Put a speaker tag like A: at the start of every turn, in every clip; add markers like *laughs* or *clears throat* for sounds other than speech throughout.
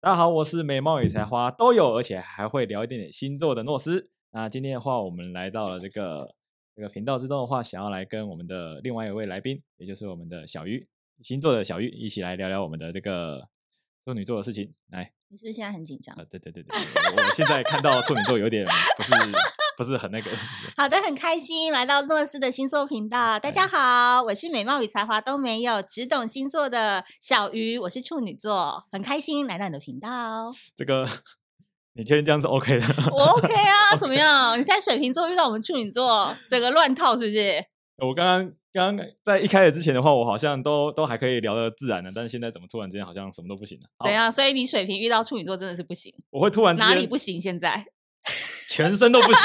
A: 大家好，我是美貌与才华都有，而且还会聊一点点星座的诺斯。那今天的话，我们来到了这个这个频道之中的话，想要来跟我们的另外一位来宾，也就是我们的小鱼，星座的小鱼，一起来聊聊我们的这个处女座的事情。来，
B: 你是不是现在很紧张
A: 啊，？对对对对，我我现在看到处女座有点不是不是很那个。
B: 好的，很开心来到诺斯的星座频道。大家好，我是美貌与才华都没有，只懂星座的小鱼，我是处女座，很开心来到你的频道。
A: 这个你确定这样是 OK 的？
B: 我 OK *laughs* 啊，怎么样？你现在水瓶座遇到我们处女座，整个乱套是不是？
A: *laughs* 我刚刚刚刚在一开始之前的话，我好像都都还可以聊得自然的，但是现在怎么突然之间好像什么都不行了？好
B: 怎样？所以你水瓶遇到处女座真的是不行，
A: 我会突然之
B: 哪
A: 间
B: 里不行？现在
A: 全身都不行，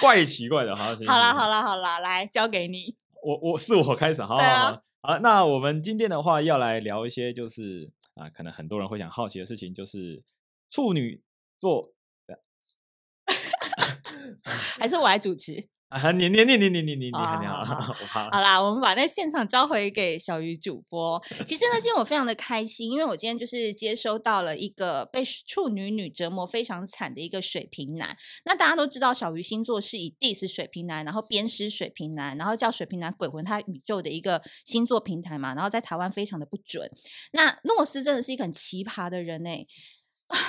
A: 怪奇怪的。好，行
B: 好啦
A: 行
B: 好啦好啦，来交给你。
A: 我我是我开始，好好
B: 对
A: 好
B: 啊
A: 好好。那我们今天的话要来聊一些，就是啊，可能很多人会想好奇的事情，就是处女座
B: 还是我来主持？
A: 啊，你你你你你你你你
B: 啊
A: 很好，
B: 好
A: 我怕
B: 好啦，我们把那现场交回给小鱼主播。其实呢，今天我非常的开心，因为我今天就是接收到了一个被处女女折磨非常惨的一个水瓶男。那大家都知道，小鱼星座是以 diss 水瓶男，然后鞭尸水瓶男，然后叫水瓶男鬼魂他宇宙的一个星座平台嘛，然后在台湾非常的不准。那诺斯真的是一个很奇葩的人呢、欸 *laughs*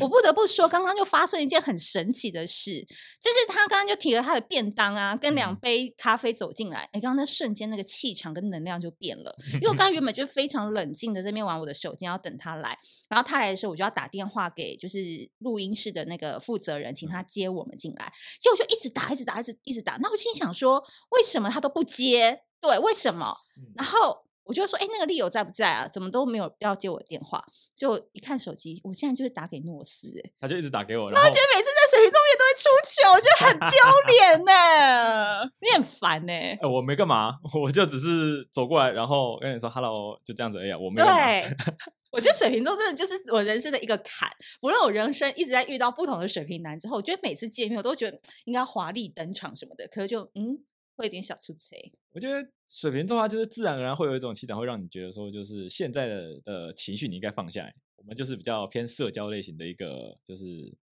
B: 我不得不说，刚刚就发生一件很神奇的事，就是他刚刚就提了他的便当啊，跟两
A: 嗯
B: 杯咖啡走进来，哎、刚刚那瞬间那个气场跟能量就变了，因为我刚刚原本就非常冷静的这边玩我的手机，要等他来，然后他来的时候我就要打电话给就是录音室的那个负责人，请他接我们进来，结果就一直打，一直打，一直一直打，那我心想说，为什么他都不接？对，为什么？然后我就说，哎、那个丽友在不在啊？怎么都没有要接我电话？就一看手机，我竟然就是打给诺斯、欸，
A: 他就一直打给我，然后
B: 我觉得每次在水瓶座面都会出糗，我觉得很丢脸呢。你很烦呢、
A: 哎，我没干嘛，我就只是走过来，然后跟你说 “hello”，就这样子而已啊，我没干嘛。
B: 对。我觉得水瓶座真的就是我人生的一个坎。无论我人生一直在遇到不同的水瓶男之后，我觉得每次见面我都觉得应该华丽登场什么的，可是就嗯，会有点小出贼。
A: 我觉得水瓶座的话，就是自然而然会有一种气场，会让你觉得说，就是现在的的情绪你应该放下来。我们就是比较偏社交类型的一个就是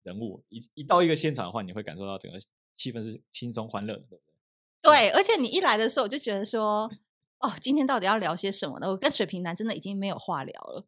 A: 人物，一一到一个现场的话，你会感受到整个气氛是轻松欢乐的。
B: 对，而且你一来的时候，我就觉得说，哦，今天到底要聊些什么呢？我跟水瓶男真的已经没有话聊了。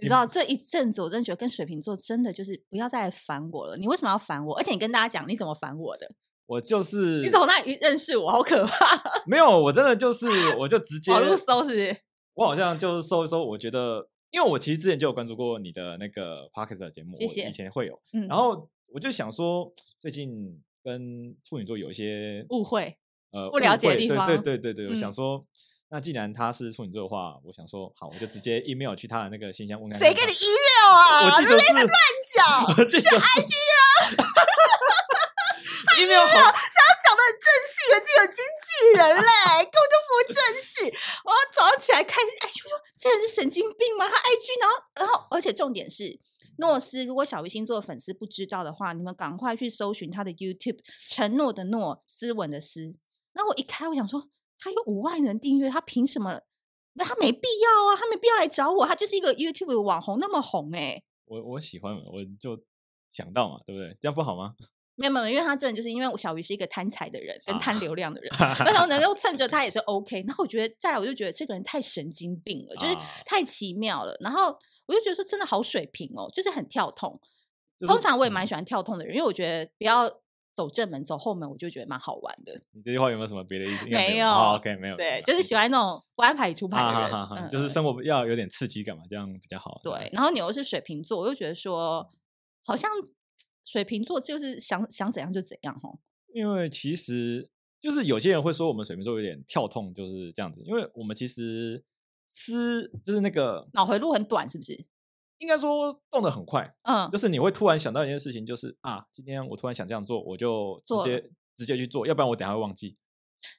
B: 你
A: 你
B: 知道这一阵子，我真的觉得跟水瓶座真的就是不要再来烦我了。你为什么要烦我？而且你跟大家讲你怎么烦我的，
A: 我就是
B: 你从哪里认识我？好可怕！
A: 没有，我真的就是我就直
B: *laughs*
A: 接
B: 网络搜是不是？
A: 我好像就是搜一搜，我觉得，因为我其实之前就有关注过你的那个 p o c k e t 的节目，
B: 谢
A: 我
B: 谢
A: 以前会有，
B: 嗯，
A: 然后我就想说，最近跟处女座有一些
B: 误会，
A: 呃
B: 不了
A: 误
B: 解的
A: 会
B: 地
A: 对
B: 方
A: 对对对对，我想
B: 嗯
A: 说，那既然他是处女座的话，我想说，好，我就直接 email 去他的那个信箱问看看
B: 谁
A: 他。
B: 给你 email 啊？
A: 我记
B: 这
A: 得
B: 边
A: 是
B: 乱
A: *laughs*
B: 讲，
A: 我记得 IG 啊，email
B: 哎
A: 好，
B: 他讲的很正式，以为自己有经纪人嘞， *laughs* 根本就不正式。我早上起来看，哎，就说这人是神经病吗？他 IG，然后，然后，而且重点是。诺斯，如果小鱼星座的粉丝不知道的话，你们赶快去搜寻他的 YouTube，承诺的诺，斯文的斯。那我一开，我想说，他有五万人订阅，他凭什么？那他没必要啊，他没必要来找我，他就是一个 YouTube 的网红，那么红哎、
A: 我我喜欢，我就想到嘛，对不对？这样不好吗？
B: 没有没有，因为他真的就是因为小鱼是一个贪财的人，跟
A: 啊
B: 贪流
A: *laughs*
B: 量的人，那时候能够趁着他也是 OK。然后我觉得，再来我就觉得这个人太神经病了，就是
A: 啊
B: 太奇妙了。然后我就觉得说，真的好水平哦，就是很跳痛。
A: 就是嗯
B: 通常我也蛮喜欢跳痛的人，因为我觉得不要走正门，走后门，我就觉得蛮好玩的。
A: 你这句话有没有什么别的意思？应该
B: 没
A: 有
B: 有
A: 好，OK，没有，没
B: 对
A: 有，
B: 就
A: *laughs*
B: 是喜欢那种不按牌理出牌的
A: 啊
B: 人。
A: 哈哈，
B: 嗯
A: 就是
B: 嗯
A: 生活要有点刺激感嘛，这样比较好。
B: 对，，然后你又是水瓶座，我就觉得说，
A: 嗯
B: 好像水瓶座就是想想怎样就怎样哦。
A: 因为其实就是有些人会说我们水瓶座有点跳痛，就是这样子，因为我们其实思就是那个
B: 脑回路很短，是不是？
A: 应该说动得很快，
B: 嗯，
A: 就是你会突然想到一件事情，就是啊，今天我突然想这样做，我就直
B: 做了
A: 接直接去做，要不然我等下会忘记。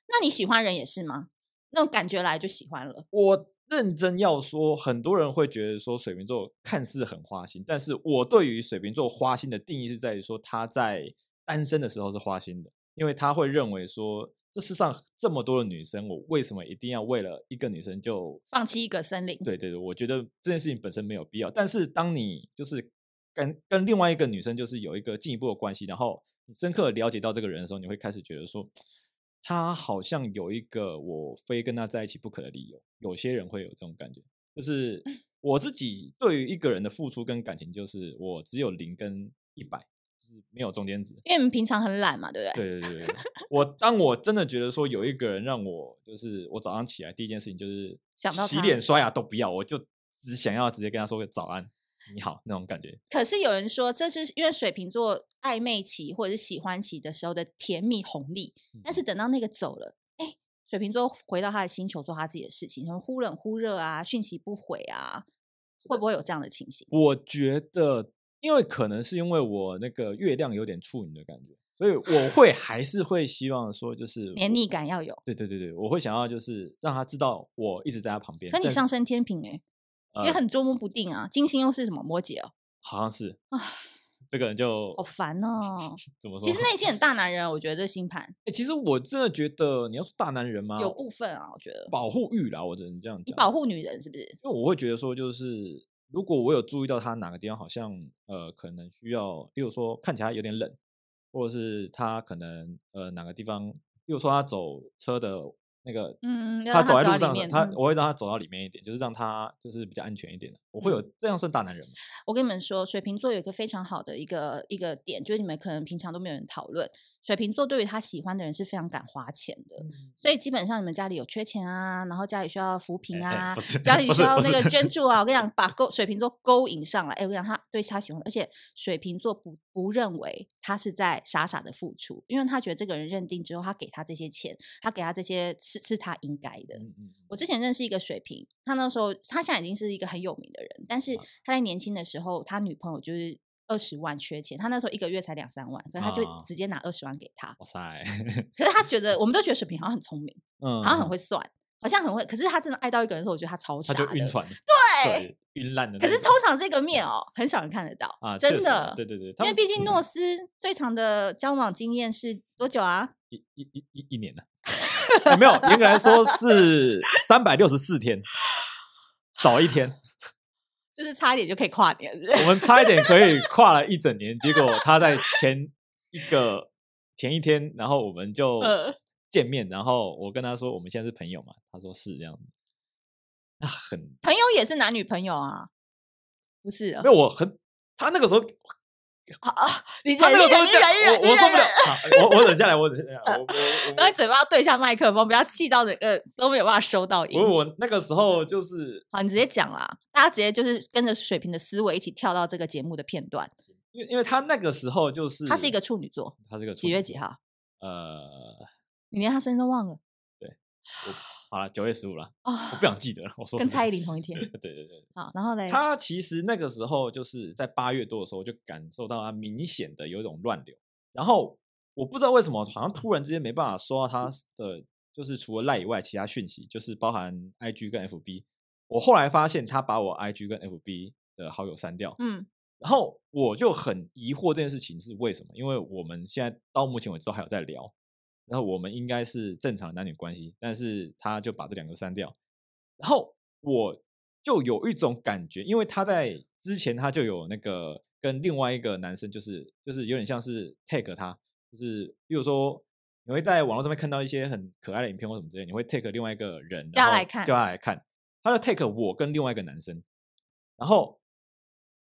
B: 那你喜欢人也是吗？那种感觉来就喜欢了。
A: 我认真要说，很多人会觉得说水瓶座看似很花心，但是我对于水瓶座花心的定义是在于说他在单身的时候是花心的，因为他会认为说这世上这么多的女生，我为什么一定要为了一个女生就
B: 放弃一个森林。
A: 对对对，我觉得这件事情本身没有必要。但是当你就是跟跟另外一个女生就是有一个进一步的关系，然后你深刻地了解到这个人的时候，你会开始觉得说，他好像有一个我非跟他在一起不可的理由。有些人会有这种感觉，就是我自己对于一个人的付出跟感情，就是我只有零跟一百，就是没有中间值。
B: 因为你们平常很懒嘛，对不对？
A: 对对对，对我当我真的觉得说有一个人让我就是我早上起来第一件事情就是
B: 想到
A: 洗
B: 他
A: 脸刷牙都不要，我就只想要直接跟他说个早安你好那种感觉。
B: 可是有人说，这是因为水瓶座暧昧期或者是喜欢期的时候的甜蜜红利，
A: 嗯
B: 但是等到那个走了，哎，水瓶座回到他的星球做他自己的事情，很忽冷忽热啊，讯息不回啊，会不会有这样的情形？
A: 我觉得，因为可能是因为我那个月亮有点处女的感觉，所以我
B: *laughs*
A: 会还是会希望说就是
B: 黏
A: 我
B: 腻感要有。
A: 对对对对，我会想要就是让他知道我一直在他旁边。
B: 可你
A: 但
B: 上升天平哎、也
A: 呃
B: 很捉摸不定啊。金星又是什么摩羯哦，
A: 好像是
B: 唉
A: 这个人就
B: 好
A: *laughs*
B: 烦哦。
A: 怎么说？
B: 其实内心很大男人，我觉得这星盘
A: 欸其实我真的觉得你要说大男人吗？
B: 有部分啊，我觉得
A: 保护欲啦，我只能这样
B: 你
A: 讲。
B: 保护女人是不是？
A: 因为我会觉得说，就是如果我有注意到他哪个地方好像呃，可能需要，例如说看起来有点冷，或者是他可能呃哪个地方，例如说他走车的那个，
B: 嗯让
A: 他
B: 他
A: 走在
B: 走到
A: 路上的
B: 里
A: 时候，
B: 面
A: 他
B: 嗯
A: 我会让他走到里面一点，就是让他就是比较安全一点的。我会有
B: 嗯
A: 这样算大男人吗？
B: 我跟你们说，水瓶座有一个非常好的一个一个点，就是你们可能平常都没有人讨论，水瓶座对于他喜欢的人是非常敢花钱的，所以基本上你们家里有缺钱啊，然后家里需要扶贫
A: 哎
B: 啊
A: 不，是
B: 家里
A: 不
B: 需
A: 是
B: 要
A: 不
B: 那
A: 是
B: 个捐助啊，我跟你讲，把
A: *laughs*
B: 勾水瓶座勾引上来，哎，我跟你讲，他对他喜欢的，而且水瓶座不不认为他是在傻傻的付出，因为他觉得这个人认定之后，他给他这些钱，他给他这些是是他应该的，
A: 嗯嗯，
B: 我之前认识一个水瓶，他那时候他现在已经是一个很有名的人，但是他在年轻的时候，他女朋友就是二十万缺钱，他那时候一个月才两三万，所以他就
A: 啊
B: 直接拿二十万给他。
A: 哇塞，
B: 可是他觉得，我们都觉得水瓶好像很聪明，
A: 嗯，
B: 好像很会算，好像很会。可是他真的爱到一个人的时候，我觉得他超
A: 他
B: 傻的。
A: 就晕船，
B: 对
A: 对，晕烂的那
B: 可
A: 种。
B: 是通常这个面哦，很少人看得到，
A: 啊，确
B: 真
A: 实
B: 的。
A: 对对对，他
B: 因
A: 们嗯
B: 为毕竟诺斯最长的交往经验是多久啊？
A: 一一一一一年呢、啊 *laughs* 没有，严格来说是三百六十四天，少一天，
B: 就是差一点就可以跨年，是不是 *laughs*
A: 我们差一点可以跨了一整年，结果他在前一个前一天，然后我们就
B: 呃
A: 见面，然后我跟他说我们现在是朋友嘛，他说是这样子，那很
B: 朋友也是男女朋友啊，不是啊？
A: 没有，我很他那个时候
B: 好啊，你
A: 他那个时候
B: 忍
A: 这样，
B: 忍忍
A: 我我受不了
B: 忍，
A: 啊我我忍下来，我忍下来，我我我
B: *laughs* 然后嘴巴要对一下麦克风，不要气到那个都没有办法收到音。
A: 我我那个时候就是
B: 好，你直接讲啦，大家直接就是跟着水瓶的思维一起跳到这个节目的片段。
A: 因为因为他那个时候就是
B: 他是一个处女座，
A: 他是一个处
B: 几月
A: 女
B: 几号？
A: 呃，
B: 你连他生日都忘了
A: 好了，九月十五了，我
B: 啊
A: 不？想记得了。我说
B: 跟蔡依
A: 林，
B: 林同一
A: *laughs*
B: 天
A: 对对对，
B: 好，然后嘞，
A: 他其实那个时候就是在八月多的时候，就感受到他明显的有一种乱流，然后我不知道为什么，好像突然之间没办法收到他的，就是除了赖以外其他讯息，就是包含 IG 跟 FB。我后来发现他把我 IG 跟 FB 的好友删掉，
B: 嗯，
A: 然后我就很疑惑这件事情是为什么，因为我们现在到目前为止都还有在聊，然后我们应该是正常的男女关系，但是他就把这两个删掉，然后我就有一种感觉，因为他在之前他就有那个跟另外一个男生，就是就是有点像是 tag 他，就是比如说。你会在网络上面看到一些很可爱的影片或什么之类，你会 take 另外一个人，
B: 叫
A: 然
B: 他
A: 后
B: 来看
A: 叫他来看，他就 take 我跟另外一个男生，然后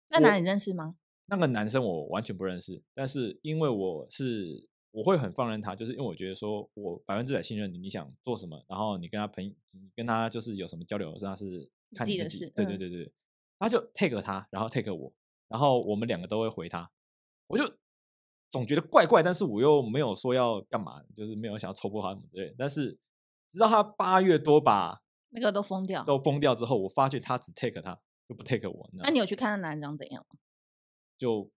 B: 那男人认识吗？
A: 那个男生我完全不认识，但是因为我是我会很放任他，就是因为我觉得说我百分之百信任你，你想做什么，然后你跟他朋你跟他就是有什么交流，让他是看
B: 自
A: 你
B: 己
A: 自
B: 的
A: 己。
B: 事
A: 对对
B: 嗯
A: 对对，他就 take 他，然后 take 我，然后我们两个都会回他，我就总觉得怪怪，但是我又没有说要干嘛，就是没有想要戳破他什么之类的。但是直到他八月多把
B: 那个都疯掉。
A: 都崩掉之后，我发觉他只 take 他，就不 take 我，
B: 那你有去看那男人长怎样吗？
A: 就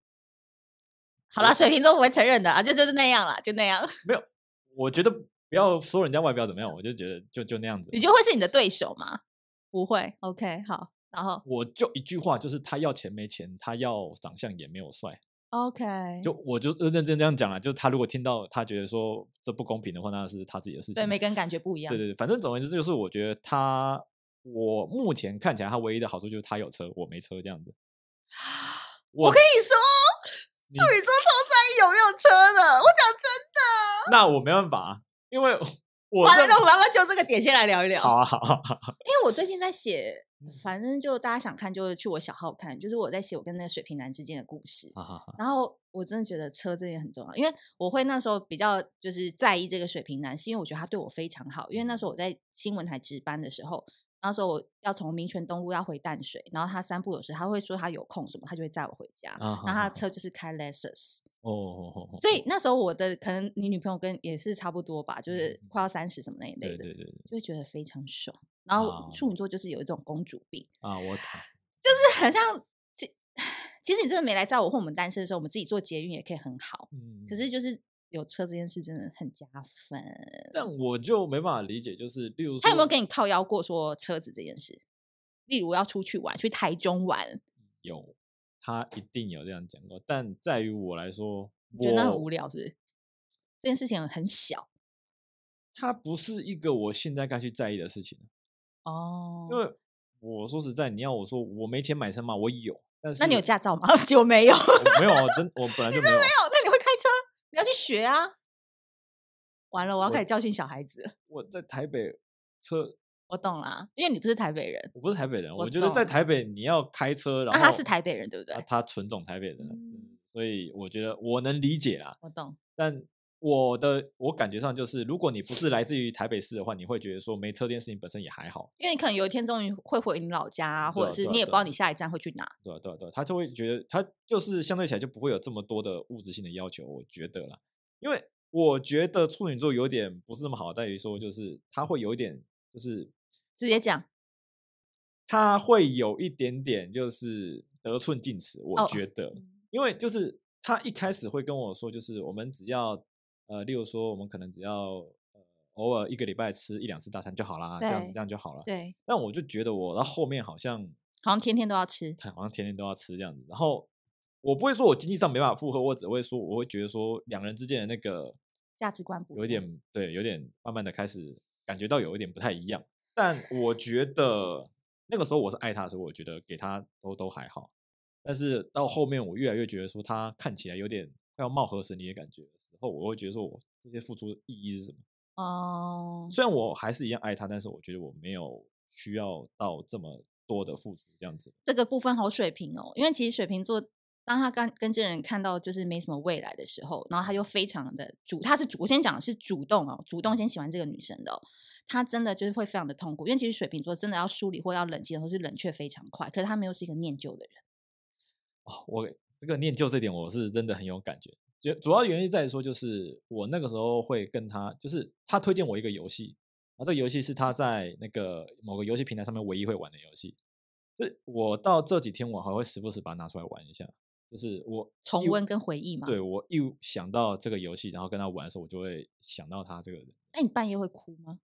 B: 好啦，水瓶座不会承认的啊，就就是那样啦，就那样，
A: 没有，我觉得不要说人家外表怎么样，我就觉得就就那样子。
B: 你就会是你的对手吗？不会，OK，好，然后
A: 我就一句话，就是他要钱没钱，他要长相也没有帅，
B: OK，
A: 就我就呃认真这样讲了，就是他如果听到他觉得说这不公平的话，那是他自己的事情。
B: 对每个人感觉不一样。
A: 对对对，反正总而言之，这就是我觉得他，我目前看起来他唯一的好处就是他有车，我没车这样子。
B: 我
A: 我
B: 跟你说，处女座超在意有没有车的。我讲真
A: 那我没办法啊，因
B: *laughs*
A: 为我
B: 的，好了，
A: 认
B: 那我们要不要就这个点先来聊一聊？
A: 好啊嗯好啊，好啊
B: 因为我最近在写，反正就大家想看，就是去我小号看，就是我在写我跟那个水瓶男之间的故事。
A: 好啊好好
B: 然后我真的觉得车这点很重要，因为我会那时候比较就是在意这个水瓶男，是因为我觉得他对我非常好。因为那时候我在新闻台值班的时候，那时候我要从民权东路要回淡水，然后他三不有时他会说他有空什么，他就会载我回家。
A: 啊
B: *laughs*
A: 好
B: 然后他
A: 好
B: 的车就是开 Lexus，
A: 哦哦哦哦，
B: 所以那时候我的可能你女朋友跟也是差不多吧，就是快要三十什么那一类
A: 嗯对
B: 的，
A: 对哦对对
B: 就会觉得非常爽。然后处女座就是有一种公主病，
A: 啊，我
B: 就是很像其其实你真的没来载我或我们单身的时候，我们自己做捷运也可以很好。
A: 嗯
B: 可是就是有车这件事真的很加分。
A: 但我就没办法理解，就是例如
B: 他有没有
A: 说
B: 跟你靠腰过说车子这件事？例如要出去玩，去台中玩，
A: 有他一定有这样讲过，但在于我来说，
B: 觉得那很
A: 我
B: 无聊，是不是？这件事情很小
A: 它不是一个我现在该去在意的事情，啊
B: 哦
A: 因。为我说实在，你要我说我没钱买车嘛，我有，但是
B: 那你有驾照吗？ *laughs* 结果没有，没
A: 我
B: 有。
A: 没有啊？真我本来就没有啊，
B: 那你会开车？你要去学啊！完了，我要
A: 我
B: 开始教训小孩子了。
A: 我在台北车，
B: 我懂啦，因为你不是台北人，
A: 我不是台北人，
B: 我
A: 我觉得在
B: 懂
A: 台北你要开车，然
B: 那、
A: 后
B: 他是台北人，对不对？
A: 啊他纯种台北人啊，
B: 嗯
A: 所以我觉得我能理解啦，
B: 我懂，
A: 但。我的我感觉上就是，如果你不是来自于台北市的话，你会觉得说没车这件事情本身也还好，
B: 因为你可能有一天终于会回你老家、啊，或
A: 对啊
B: 者是
A: 对啊
B: 你也
A: 对
B: 不知道
A: 啊
B: 你下一站会去哪。
A: 对啊对啊对啊，他就会觉得他就是相对起来就不会有这么多的物质性的要求，我觉得啦，因为我觉得处女座有点不是那么好，在于说就是他会有一点，就是
B: 直接讲
A: 他会有一点点就是得寸进尺，
B: 哦
A: 我觉得，因为就是他一开始会跟我说，就是我们只要呃，例如说我们可能只要呃偶尔一个礼拜吃一两次大餐就好啦，这样子
B: 对
A: 这样就好了。
B: 对，
A: 但我就觉得我到后面好像
B: 好像天天都要吃。
A: 好像天天都要吃这样子。然后我不会说我经济上没办法负荷，我只会说我会觉得说两人之间的那个
B: 价值观不一
A: 有一
B: 样
A: 点对，有点慢慢的开始感觉到有一点不太一样。但我觉得那个时候我是爱他的时候，我觉得给他都都还好。但是到后面我越来越觉得说他看起来有点快要貌合神离的感觉的时候，我会觉得说我这些付出的意义是什么？
B: 哦、
A: 虽然我还是一样爱他，但是我觉得我没有需要到这么多的付出这样子。
B: 这个部分好水平哦，因为其实水瓶座，当他跟跟这个人看到就是没什么未来的时候，然后他又非常的主，他是主，我先讲的是主动哦，主动先喜欢这个女生的、哦，他真的就是会非常的痛苦，因为其实水瓶座真的要梳理或要冷静的时候是冷却非常快，可是他们又是一个念旧的人，
A: 哦，我这个念旧这点我是真的很有感觉。主主要原因在于说，就是我那个时候会跟他，就是他推荐我一个游戏，然后这个游戏是他在那个某个游戏平台上面唯一会玩的游戏。就是我到这几天我还会时不时把它拿出来玩一下。就是我
B: 重
A: 一
B: 温，跟回忆嘛。
A: 对我一想到这个游戏，然后跟他玩的时候，我就会想到他这个人。
B: 那你半夜会哭吗？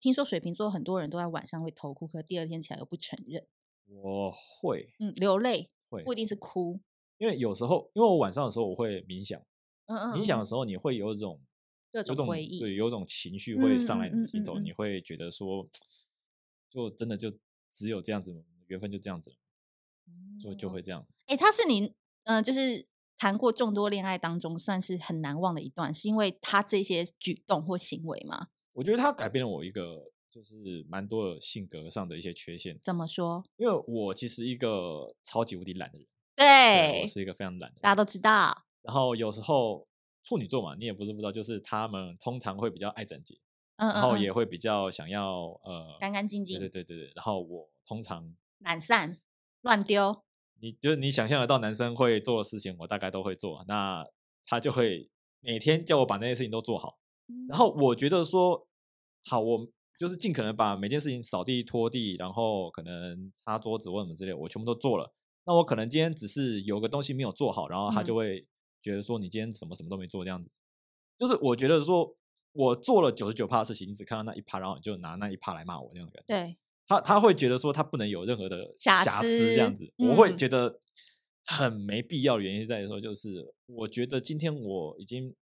B: 听说水瓶座很多人都在晚上会偷哭，可第二天起来又不承认，
A: 我会
B: 嗯，流泪
A: 会
B: 不，一定是哭，
A: 因为有时候，因为我晚上的时候我会冥想，
B: 嗯嗯，
A: 冥想
B: 嗯
A: 的时候你会有一种
B: 各
A: 有
B: 种
A: 种
B: 回忆，
A: 对，有种情绪会上
B: 嗯
A: 来你
B: 嗯
A: 的心头，
B: 嗯嗯
A: 你会觉得说，就真的就只有这样子吗，缘分就这样子了，就就
B: 嗯
A: 会这样。
B: 哎、他是你，嗯、就是谈过众多恋爱当中算是很难忘的一段，是因为他这些举动或行为吗？
A: 我觉得他改变了我一个，就是蛮多的性格上的一些缺陷，
B: 怎么说？
A: 因为我其实一个超级无敌懒的人，对啊
B: 对
A: 我，是一个非常懒的
B: 哎大家
A: 人。
B: 都知道，
A: 然后有时候处女座嘛，你也不是不知道，就是他们通常会比较爱整洁，
B: 嗯，
A: 然后
B: 嗯嗯
A: 也会比较想要呃，
B: 干干净
A: 对对
B: 净、
A: 对对对。然后我通常
B: 懒散、乱丢，
A: 你就是你想象得到男生会做的事情，我大概都会做。那他就会每天叫我把那些事情都做好。然后我觉得说，好，我就是尽可能把每件事情扫地、拖地，然后可能擦桌子或什么之类，我全部都做了。那我可能今天只是有个东西没有做好，然后他就
B: 嗯
A: 会觉得说你今天什么什么都没做这样子。就是我觉得说我做了九十九趴的事情，你只看到那一趴，然后你就拿那一趴来骂我这样的感觉。
B: 对，
A: 他他会觉得说他不能有任何的
B: 瑕
A: 疵这样
B: 疵
A: 子，我会
B: 嗯
A: 觉得很没必要的原因是在于说，就是我觉得今天我已经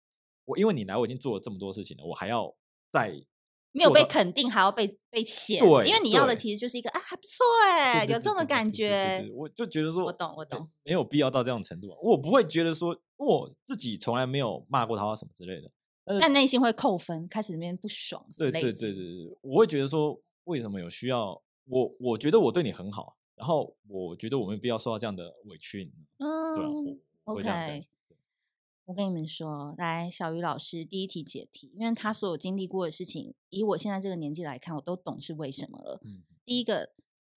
A: 我因为你来，我已经做了这么多事情了，我还要再
B: 嗯没有
A: 做
B: 被
A: 到
B: 肯定，还要被被嫌，
A: 对
B: 因为你要的
A: 对
B: 其实就是一个啊，还不错
A: 对
B: 哎，
A: 对
B: 有
A: 对
B: 这种的
A: 对对
B: 感
A: 对对对对
B: 觉。
A: 我就觉得说，
B: 我懂，我
A: 对
B: 懂，
A: 没有必要到这样的程度啊。我不会觉得说我自己从来没有骂过他或什么之类的。
B: 但内心会扣分，开始里面不爽什么
A: 对
B: 类
A: 对
B: 的，
A: 对对对，我会觉得说，为什么有需要？我我觉得我对你很好，然后我觉得我没有必要受到这样的委屈。对啊，
B: 嗯
A: 我，我会这样的感
B: OK
A: 觉
B: 我跟你们说，来，小鱼老师第一题解题，因为他所有经历过的事情，以我现在这个年纪来看，我都懂是为什么了。
A: 嗯
B: 第一个，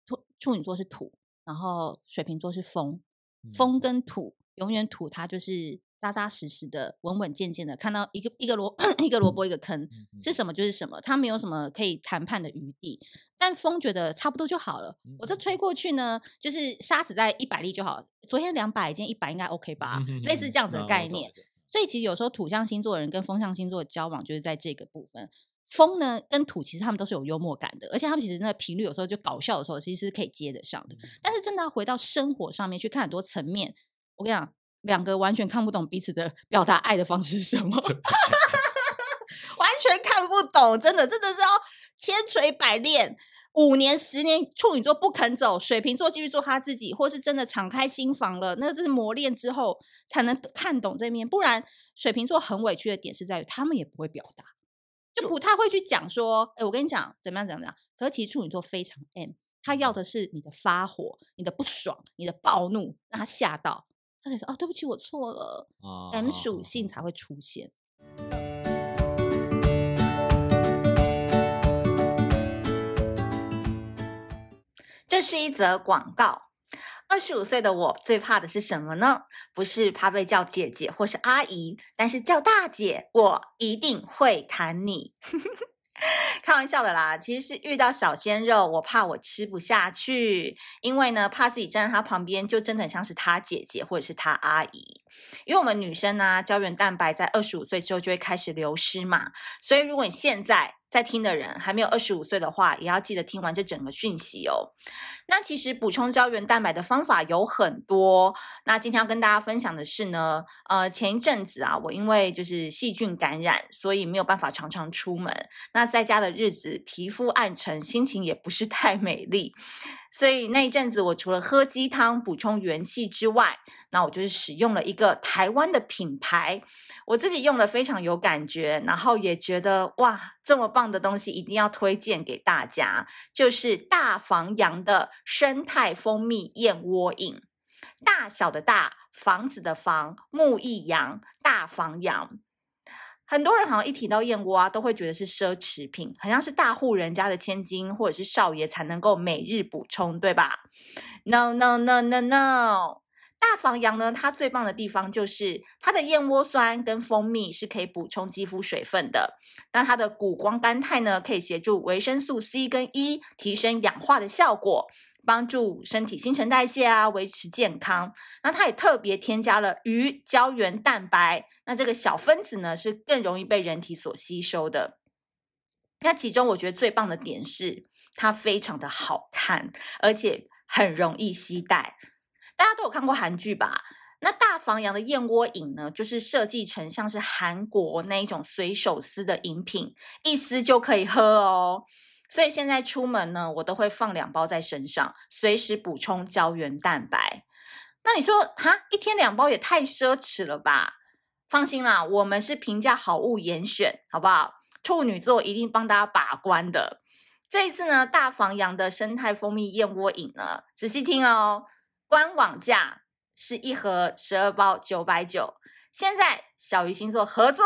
B: 土处女座是土，然后水瓶座是风，
A: 嗯
B: 风跟土永远土，它就是扎扎实实的、稳稳健健的，看到一个一个萝 *coughs* 一个萝卜一个坑，
A: 嗯嗯
B: 是什么就是什么，它没有什么可以谈判的余地。但风觉得差不多就好了，
A: 嗯
B: 我这吹过去呢，就是沙子在一百粒就好。昨天两百，今天一百，应该 OK 吧？啊
A: 嗯
B: 类似这样子的
A: 哦
B: 概念。。所以其实有时候土象星座的人跟风象星座的交往就是在这个部分。风呢跟土其实他们都是有幽默感的，而且他们其实那个频率有时候就搞笑的时候其实是可以接得上的。但是真的要回到生活上面去看很多层面，我跟你讲，两个完全看不懂彼此的表达爱的方式是什么， *laughs* 完全看不懂，真的真的是要千锤百炼。五年、十年，处女座不肯走，水瓶座继续做他自己，或是真的敞开心房了，那就是磨练之后才能看懂这面。不然，水瓶座很委屈的点是在于他们也不会表达，就不太会去讲说，哎、我跟你讲怎么样怎么样。可是其实处女座非常 M，他要的是你的发火、你的不爽、你的暴怒，让他吓到，他才说哦，对不起，我错了。
A: 啊
B: M 属性才会出现。这是一则广告。二十五岁的我最怕的是什么呢？不是怕被叫姐姐或是阿姨，但是叫大姐，我一定会砍你。 *laughs* 开玩笑的啦，其实是遇到小鲜肉，我怕我吃不下去，因为呢，怕自己站在他旁边，就真的很像是他姐姐或者是他阿姨。因为我们女生呢、胶原蛋白在二十五岁之后就会开始流失嘛，所以如果你现在在听的人还没有二十五岁的话，也要记得听完这整个讯息哦。那其实补充胶原蛋白的方法有很多，那今天要跟大家分享的是呢，呃，前一阵子啊，我因为就是细菌感染，所以没有办法常常出门。那在家的日子，皮肤暗沉，心情也不是太美丽，所以那一阵子我除了喝鸡汤补充元气之外，那我就是使用了一个台湾的品牌，我自己用的非常有感觉，然后也觉得哇，这么棒的东西一定要推荐给大家，就是大房羊的生态蜂蜜燕窝饮。大小的大，房子的房，木易羊，大房羊。很多人好像一提到燕窝啊，都会觉得是奢侈品，好像是大户人家的千金或者是少爷才能够每日补充，对吧？No No No No No，大房羊呢，它最棒的地方就是它的燕窝酸跟蜂蜜是可以补充肌肤水分的，那它的谷胱甘肽呢，可以协助维生素 C 跟 E 提升氧化的效果，帮助身体新陈代谢啊，维持健康。那它也特别添加了鱼胶原蛋白，那这个小分子呢是更容易被人体所吸收的。那其中我觉得最棒的点是，它非常的好看，而且很容易携带。大家都有看过韩剧吧？那大房羊的燕窝饮呢，就是设计成像是韩国那一种随手撕的饮品，一撕就可以喝哦。所以现在出门呢，我都会放两包在身上，随时补充胶原蛋白。那你说哈，一天两包也太奢侈了吧？放心啦，我们是评价好物严选，好不好？处女座一定帮大家把关的。这一次呢，大房羊的生态蜂蜜燕窝饮呢，仔细听哦，官网价是一盒十二包九百九，现在小鱼星座合作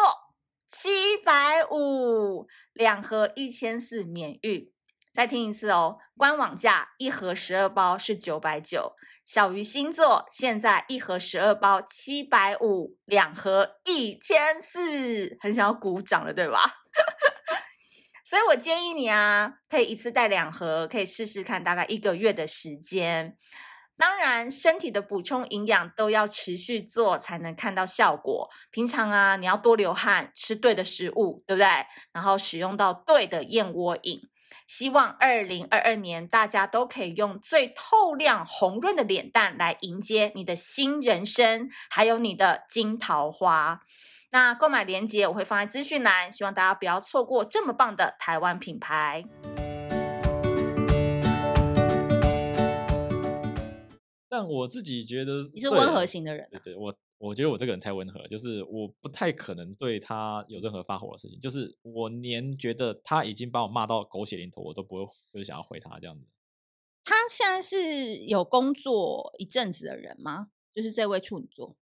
B: 七百五，两盒一千四免运。再听一次哦，官网价一盒十二包是九百九，小鱼星座现在一盒十二包七百五，两盒一千四，很想要鼓掌了，对吧？所以我建议你啊，可以一次带两盒，可以试试看，大概一个月的时间。当然，身体的补充营养都要持续做才能看到效果。平常啊，你要多流汗，吃对的食物，对不对？然后使用到对的燕窝饮。希望二零二二年大家都可以用最透亮红润的脸蛋来迎接你的新人生，还有你的金桃花。那购买链接我会放在资讯栏，希望大家不要错过这么棒的台湾品牌。
A: 但我自己觉得
B: 你是
A: 对
B: 温和型的人
A: 对
B: 啊，
A: 对，我我觉得我这个人太温和了，就是我不太可能对他有任何发火的事情，就是我连觉得他已经把我骂到狗血淋头，我都不会就是想要回他这样子。
B: 他现在是有工作一阵子的人吗？就是这位处女座，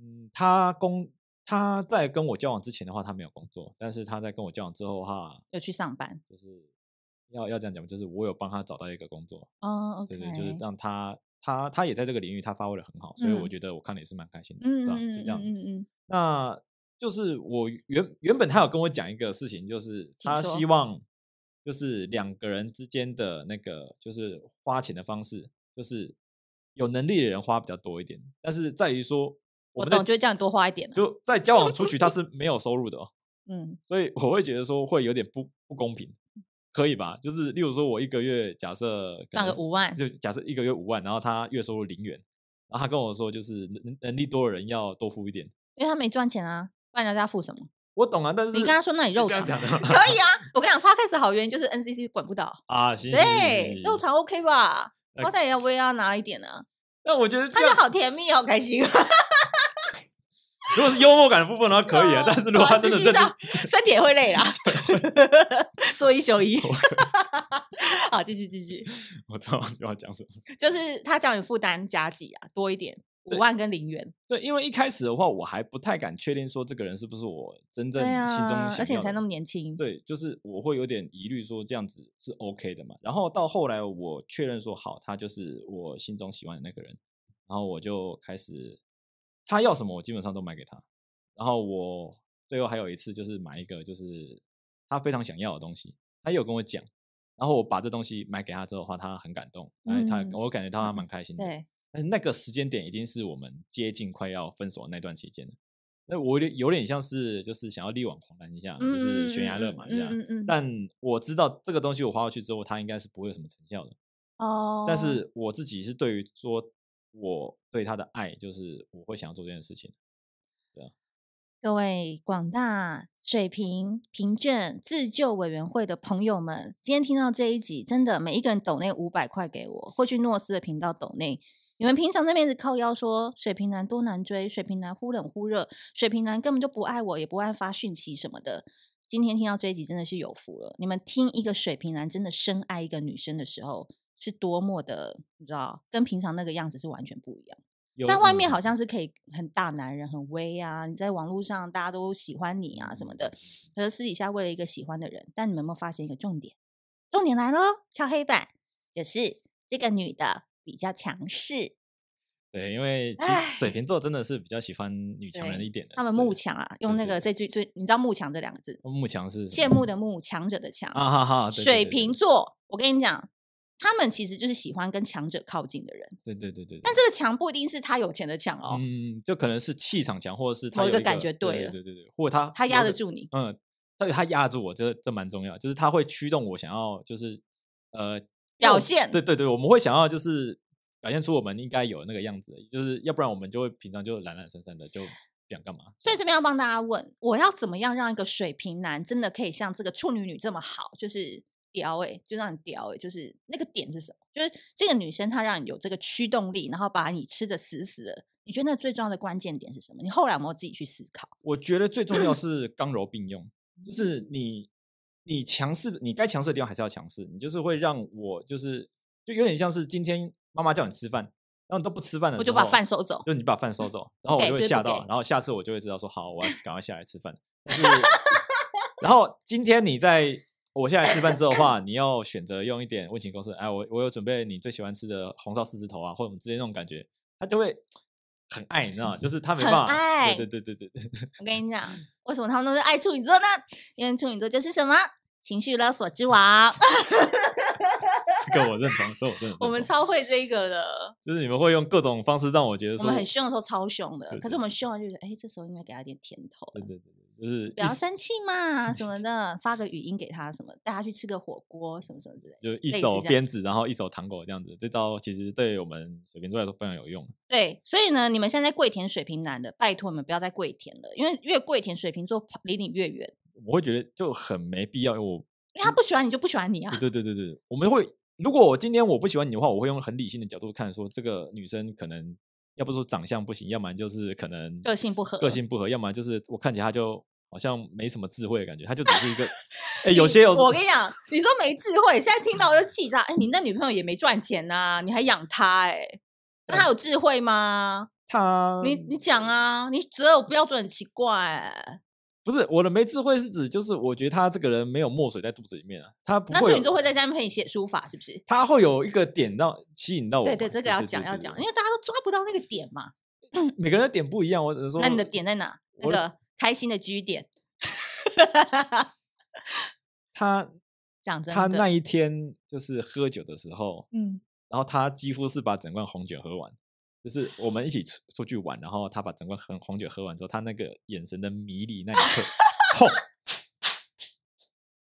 A: 嗯，他工他在跟我交往之前的话，他没有工作，但是他在跟我交往之后的话，
B: 有去上班。
A: 就是要要这样讲，就是我有帮他找到一个工作，
B: 哦，OK，
A: 对对，就是让他他他也在这个领域他发挥的很好，所以我觉得我看的也是蛮开心的，
B: 嗯
A: 对吧、
B: 嗯
A: 就这样子。
B: 嗯嗯嗯，
A: 那就是我原原本他有跟我讲一个事情，就是
B: 请
A: 他
B: 说
A: 希望就是两个人之间的那个就是花钱的方式，就是有能力的人花比较多一点，但是在于说我
B: 我
A: 们在
B: 懂，就叫你多花一点啊。
A: 就在交往出去他是没有收入的、哦，
B: 嗯，
A: 所以我会觉得说会有点不不公平。可以吧？就是例如说，我一个月假设可
B: 赚个
A: 能
B: 五万
A: 就假设一个月五万，然后他月收入零元，然后他跟我说，就是能能力多的人要多付一点。
B: 因为他没赚钱啊，不然人家付什么？
A: 我懂啊，但是
B: 你跟他说那你
A: 就
B: 肉
A: 这
B: 偿
A: 样
B: 可
A: 讲的 *laughs* 吗
B: 以啊。我跟你讲 p o d c a 好原因就是 NCC 管不到，
A: 啊，行，行
B: 对，
A: 行行行
B: 肉。偿 OK 吧？
A: 那
B: 好歹也要我也要拿一点啊。
A: 但我觉得
B: 他
A: 哎这
B: 就
A: 样，
B: 好甜蜜，好开心啊！
A: 如果是幽默感的部分的话，可
B: 嗯
A: 以啊。但是如果他真的
B: 实际
A: 真
B: 上
A: 的，
B: *laughs* 身体也会累啦，做一休一。 *laughs* 好，继续继续，
A: 我知道你要讲什么。
B: 就是他叫你负担加几啊，多一点，五
A: 对
B: 万跟零元。
A: 对，因为一开始的话，我还不太敢确定说这个人是不是我真正
B: 对
A: 心中
B: 啊，而
A: 想
B: 且
A: 要
B: 你才
A: 的
B: 那么年轻。
A: 对，就是我会有点疑虑，说这样子是 OK 的嘛。然后到后来我确认说好，他就是我心中喜欢的那个人，然后我就开始他要什么我基本上都买给他。然后我最后还有一次就是买一个就是他非常想要的东西，他有跟我讲，然后我把这东西买给他之后的话，他很感动，哎，他
B: 嗯
A: 我感觉到他蛮开心的。
B: 对，
A: 但是那个时间点已经是我们接近快要分手的那段期间了。那我有点有点像是就是想要力挽狂澜一下，就是悬崖勒马这样。
B: 嗯嗯嗯。
A: 但我知道这个东西我花过去之后，它应该是不会有什么成效的。
B: 哦，
A: 但是我自己是对于说我对他的爱，就是我会想要做这件事情。
B: 各位广大水平评卷自救委员会的朋友们，今天听到这一集，真的每一个人抖内五百块给我，或去诺斯的频道抖内。你们平常那边子靠腰说水瓶男多难追，水瓶男忽冷忽热，水瓶男根本就不爱我，也不爱发讯息什么的。今天听到这一集真的是有福了。你们听一个水瓶男真的深爱一个女生的时候，是多么的，你知道，跟平常那个样子是完全不一样。
A: 有
B: 在外面
A: 嗯
B: 好像是可以很大男人、很威啊，你在网络上大家都喜欢你啊什么的，可是私底下为了一个喜欢的人，但你们有没有发现一个重点？重点来喽，敲黑板，就是这个女的比较强势，
A: 对，因为其
B: 唉
A: 实水瓶座真的是比较喜欢女强人
B: 对
A: 一点的。
B: 他们
A: 呃对
B: 慕强啊，用
A: 对
B: 那
A: 对
B: 个这句最，你知道慕强这两个字，
A: 慕强是什
B: 羡
A: 么
B: 慕的慕，强者的强，
A: 啊哈哈，对
B: 水瓶，座，我跟你讲。他们其实就是喜欢跟强者靠近的人，
A: 对对对对对对对。
B: 但这个强不一定是他有钱的强哦，
A: 嗯，就可能是气场强，或者是他
B: 某
A: 有
B: 一
A: 一
B: 个
A: 个
B: 感觉对
A: 对
B: 了
A: 对对对，或者他
B: 他压
A: 有
B: 得
A: 个
B: 住你。
A: 嗯，他他压住我，这这蛮重要，就是他会驱动我想要就是呃
B: 表
A: 要
B: 现
A: 对对对，我们会想要就是表现出我们应该有的那个样子，就是要不然我们就会平常就懒懒散散的，就不想干嘛。
B: 所以这边要帮大家问，我要怎么样让一个水瓶男真的可以像这个处女女这么好？就是屌哎、就让你屌哎、就是那个点是什么？就是这个女生她让你有这个驱动力，然后把你吃的死死的。你觉得那最重要的关键点是什么？你后来有没有自己去思考？
A: 我觉得最
B: *clears throat*
A: 重要是刚柔并用，就是你你强势的，你该强势的地方还是要强势，你就是会让我就是就有点像是今天妈妈叫你吃饭，然后你都不吃饭的时候，
B: 我就把饭收走。
A: 就是你把饭收走，然后
B: 给
A: 我就
B: 就是
A: 会
B: 不
A: 吓
B: 给
A: 到，然后下次我就会知道说好，
B: *laughs*
A: 我要赶快下来吃饭。但是然后今天你在我下来吃饭之后的话，你要选择用一点温情攻势，哎，我我有准备你最喜欢吃的红烧四字头啊，或者我们之类那种感觉，他就会很爱，你知道吗？就是他没
B: 很
A: 办
B: 爱
A: 法，对对对对 *laughs* 对，
B: 我跟你讲，为什么他们都是爱处女座呢？因为处女座就是什么情绪勒索之
A: *laughs*
B: 王，
A: 这个我认同，这我认同。
B: 我们超会这个的。
A: 就是你们会用各种方式让我觉得
B: 我
A: 说
B: 们很凶的时候超凶的，
A: 对
B: 可
A: 对
B: 是我们凶完就是，哎，这时候应该给他一点甜头。
A: 对对对对就是一
B: 不要
A: 首
B: 生气嘛什么的，发个语音给他什么，带他去吃个火锅什么什么之类的。
A: 就一
B: 类似
A: 手
B: 这样
A: 鞭子，然后一手糖果这样子，这招其实对我们水瓶座来说非常有用。
B: 对，所以呢，你们现在在跪舔水瓶男的，拜托你们不要再跪舔了，因为越跪舔水瓶座跑离你越远，
A: 我会觉得就很没必要，因为我
B: 因为他不喜欢你就不喜欢你啊。
A: 对对对对对，我们会，如果我今天我不喜欢你的话，我会用很理性的角度看，说这个女生可能要不说长相不行，要不然就是可能
B: 个性不合
A: 个性不合，要不然就是我看起来她就好像没什么智慧的感觉，她就只
B: *laughs*
A: 是一个，哎、有些有
B: 我跟你讲，你说没智慧，现在听到我就气炸。哎，你那女朋友也没赚钱呐、你还养她哎、那她有智慧吗？
A: 她
B: 你你讲啊，你择偶标准很奇怪欸、
A: 不是我的没智慧是指就是我觉得她这个人没有墨水在肚子里面啊，她不
B: 那
A: 会
B: 处
A: 有
B: 女座会在家面陪你写书法是不是？
A: 她会有一个点让吸引到我嘛，
B: 对对，这个要讲要讲，因为大家都抓不到那个点嘛。
A: 每个人的点不一样，我只能说
B: 那你的点在哪？那
A: 我的
B: 个开心的居点。
A: 她
B: 讲真
A: 她
B: 的，
A: 那一天就是喝酒的时候，
B: 嗯，
A: 然后他几乎是把整罐红酒喝完，就是我们一起出出去玩，然后他把整罐红红酒喝完之后，他那个眼神的迷离那一刻，吼，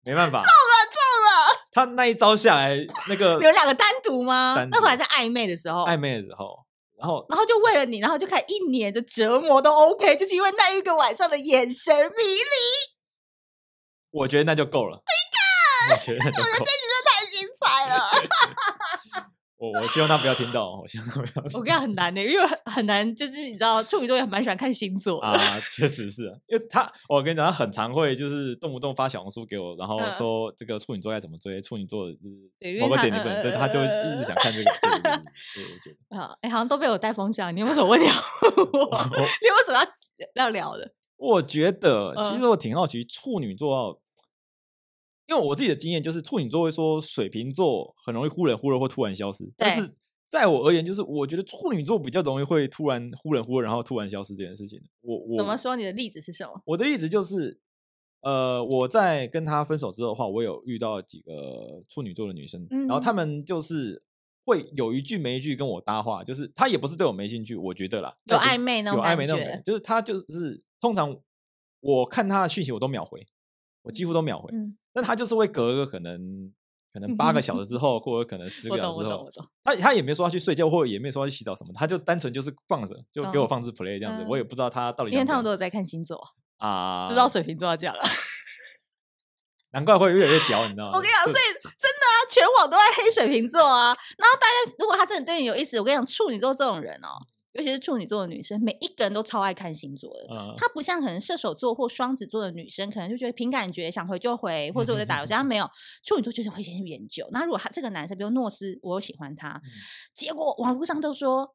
A: 没办法，中了中了，他那一招下来，那 *laughs* 个
B: 你们两个单独吗？
A: 单
B: 那时候还
A: 独
B: 在暧昧的时候，
A: 暧昧的时候，然后
B: 然后就为了你，然后就开始一年的折磨都 OK，就是因为那一个晚上的眼神迷离，
A: 我觉得那就够了，我觉得那就够了，
B: 太精彩
A: *laughs*
B: 了。
A: 我我希望他不要听到，我希望他不要听
B: 我跟你讲很难的、因为很难，就是你知道处女座也蛮喜欢看
A: *laughs*
B: 星座的。
A: 啊，确实是啊，因为他，我跟你讲，他很常会就是动不动发小红书给我，然后
B: 嗯
A: 说这个处女座该怎么追，处女座就是
B: 对因
A: 某
B: 为
A: 个
B: 他呃
A: 点你不能对，他就会一直想看这个。对对对对，我觉得
B: 啊，哎、好像都被我带风向，你有什么问题要问我？ *laughs* 你有什么要 *laughs* 要聊的？
A: 哦我觉得其
B: 嗯
A: 实我挺好奇处女座要，因为我自己的经验就是处女座会说水瓶座很容易忽冷忽热或突然消失，但
B: 对
A: 是在我而言，就是我觉得处女座比较容易会突然忽冷忽热，然后突然消失这件事情。我我
B: 怎么说？你的例子是什么？
A: 我的意思就是，呃，我在跟他分手之后的话，我有遇到几个处女座的女生，然后她
B: 嗯
A: 们就是会有一句没一句跟我搭话，就是她也不是对我没兴趣，我觉得啦，
B: 有
A: 但
B: 暧
A: 不
B: 昧那
A: 有
B: 种
A: 暧
B: 感
A: 昧那种感觉
B: 觉，，
A: 就是她就是通常我看她的讯息我都秒回，我几乎都秒回，
B: 嗯，
A: 但她就是会隔个可能。可能八个小时之后，或者
B: *laughs*
A: 可能十
B: 我
A: 个
B: 懂，
A: 小
B: 我
A: 时
B: 懂，我
A: 后，
B: 懂。
A: 她她也没说要去睡觉，或者也没说要去洗澡什么，她就单纯就是放着，就给我
B: 懂
A: 放置 play 这样子，我也
B: 嗯
A: 不知道她到底
B: 因为
A: 想
B: 他们
A: 怎
B: 都
A: 样
B: 有在看星座，
A: 啊，
B: 知道水瓶座要这样了。
A: 难怪会越来越屌，你知道吗？
B: *laughs* 我跟你讲，
A: 就 *laughs*
B: 所以真的啊，全网都在黑水瓶座啊。然后大家如果他真的对你有意思，我跟你讲，处女座这种人哦，尤其是处女座的女生，每一个人都超爱看星座的。
A: 嗯
B: 她不像可能射手座或双子座的女生，可能就觉得凭感觉想回就回，或者我在打游戏。她没有处女座，就是会先去研究。那如果他这个男生，比如诺斯，我有喜欢他，结果网络上都说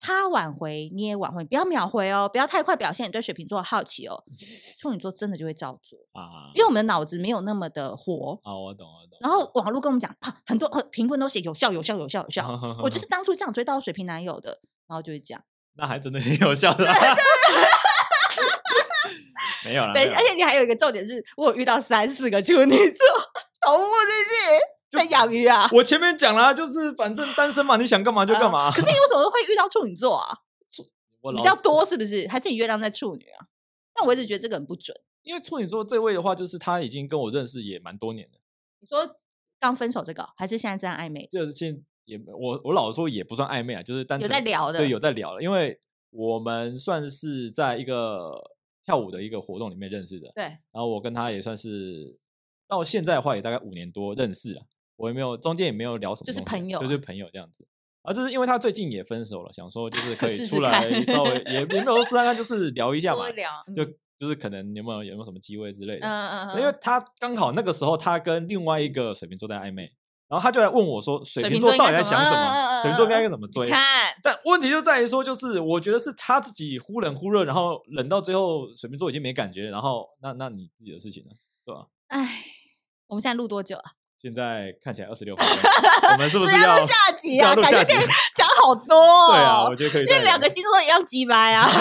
B: 他挽回，你也挽回，不要秒回哦，不要太快表现你对水瓶座的好奇哦。处女座真的就会照做，
A: 啊
B: 因为我们的脑子没有那么的活，
A: 啊，我懂我懂。
B: 然后网络跟我们讲啊，很多呃评论都写有效、有效、有效、
A: *laughs*
B: 有效。我就是是当初这样追到水瓶男友的，然后就是这样。
A: 那还真的挺有效的。 *laughs* 没
B: *laughs*
A: 有啦，
B: 对，
A: 没有啦
B: 而且你还有一个哎重点是，我有遇到三四个处女座， *laughs* 头部是不是在养鱼啊？
A: 我前面讲啦，就是反正单身嘛，你想干嘛就干嘛
B: 可。是你为什么会遇到处女座啊？
A: *laughs* 我
B: 呃比
A: 老
B: 较
A: 实，
B: 多是不是？还是你月亮在处女啊？但我一直觉得这个很不准。
A: 因为处女座这位的话，就是他已经跟我认识也蛮多年了，
B: 你说刚分手这个，还是现在正在暧昧？
A: 就是现也我我老实说也不算暧昧啊，就是单
B: 有
A: 纯
B: 在聊的
A: 对，有在聊了，因为我们算是在一个跳舞的一个活动里面认识的，
B: 对，
A: 然后我跟他也算是到现在的话，也大概五年多认识了。我也没有中间也没有聊什么
B: 就
A: 东
B: 是
A: 西啊，
B: 朋友
A: 就是朋友这样子。啊，就是因为他最近也分手了，想说
B: *laughs*
A: 就是可以
B: 试
A: 出
B: 试
A: 来
B: 看
A: 稍微也也没有说试看看，就是聊一下嘛
B: 多，聊。
A: 就
B: 嗯
A: 就是可能有没有有没有什么机会之类的。
B: 嗯嗯嗯，
A: 因为他刚好那个时候他跟另外一个水瓶座在暧昧，然后他就来问我说，水
B: 水
A: 瓶
B: 瓶
A: 座
B: 座应
A: 到
B: 该
A: 底在
B: 怎
A: 想
B: 么
A: 什
B: 嗯嗯
A: 么？
B: 嗯
A: 水瓶座
B: 嗯
A: 该
B: 嗯
A: 该怎么追？
B: 看
A: 但问题就在于说，就是我觉得是他自己忽冷忽热，然后冷到最后水瓶座已经没感觉，然后那那你自己的事情呢？对吧、
B: 哎，我们现在录多久啊？
A: 现在看起来二十六分钟，我们是不
B: 这
A: 是
B: 要
A: 要
B: 录下集
A: 要
B: 啊？
A: 录
B: 感
A: 下
B: 觉
A: 集
B: 可以讲好多、哦。
A: 对啊，我觉得可以
B: 因
A: 再聊。
B: 为两个星座都一样鸡掰啊。 *laughs*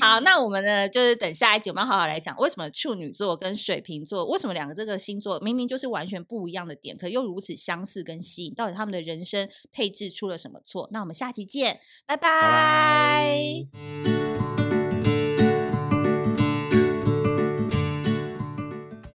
B: 好，那我们呢，就是等下一集我们要好好来讲，为什么处女座跟水瓶座，为什么两个这个星座明明就是完全不一样的点，可又如此相似跟吸引，到底他们的人生配置出了什么错？那我们下期见，拜
A: 拜
B: 拜
A: 拜。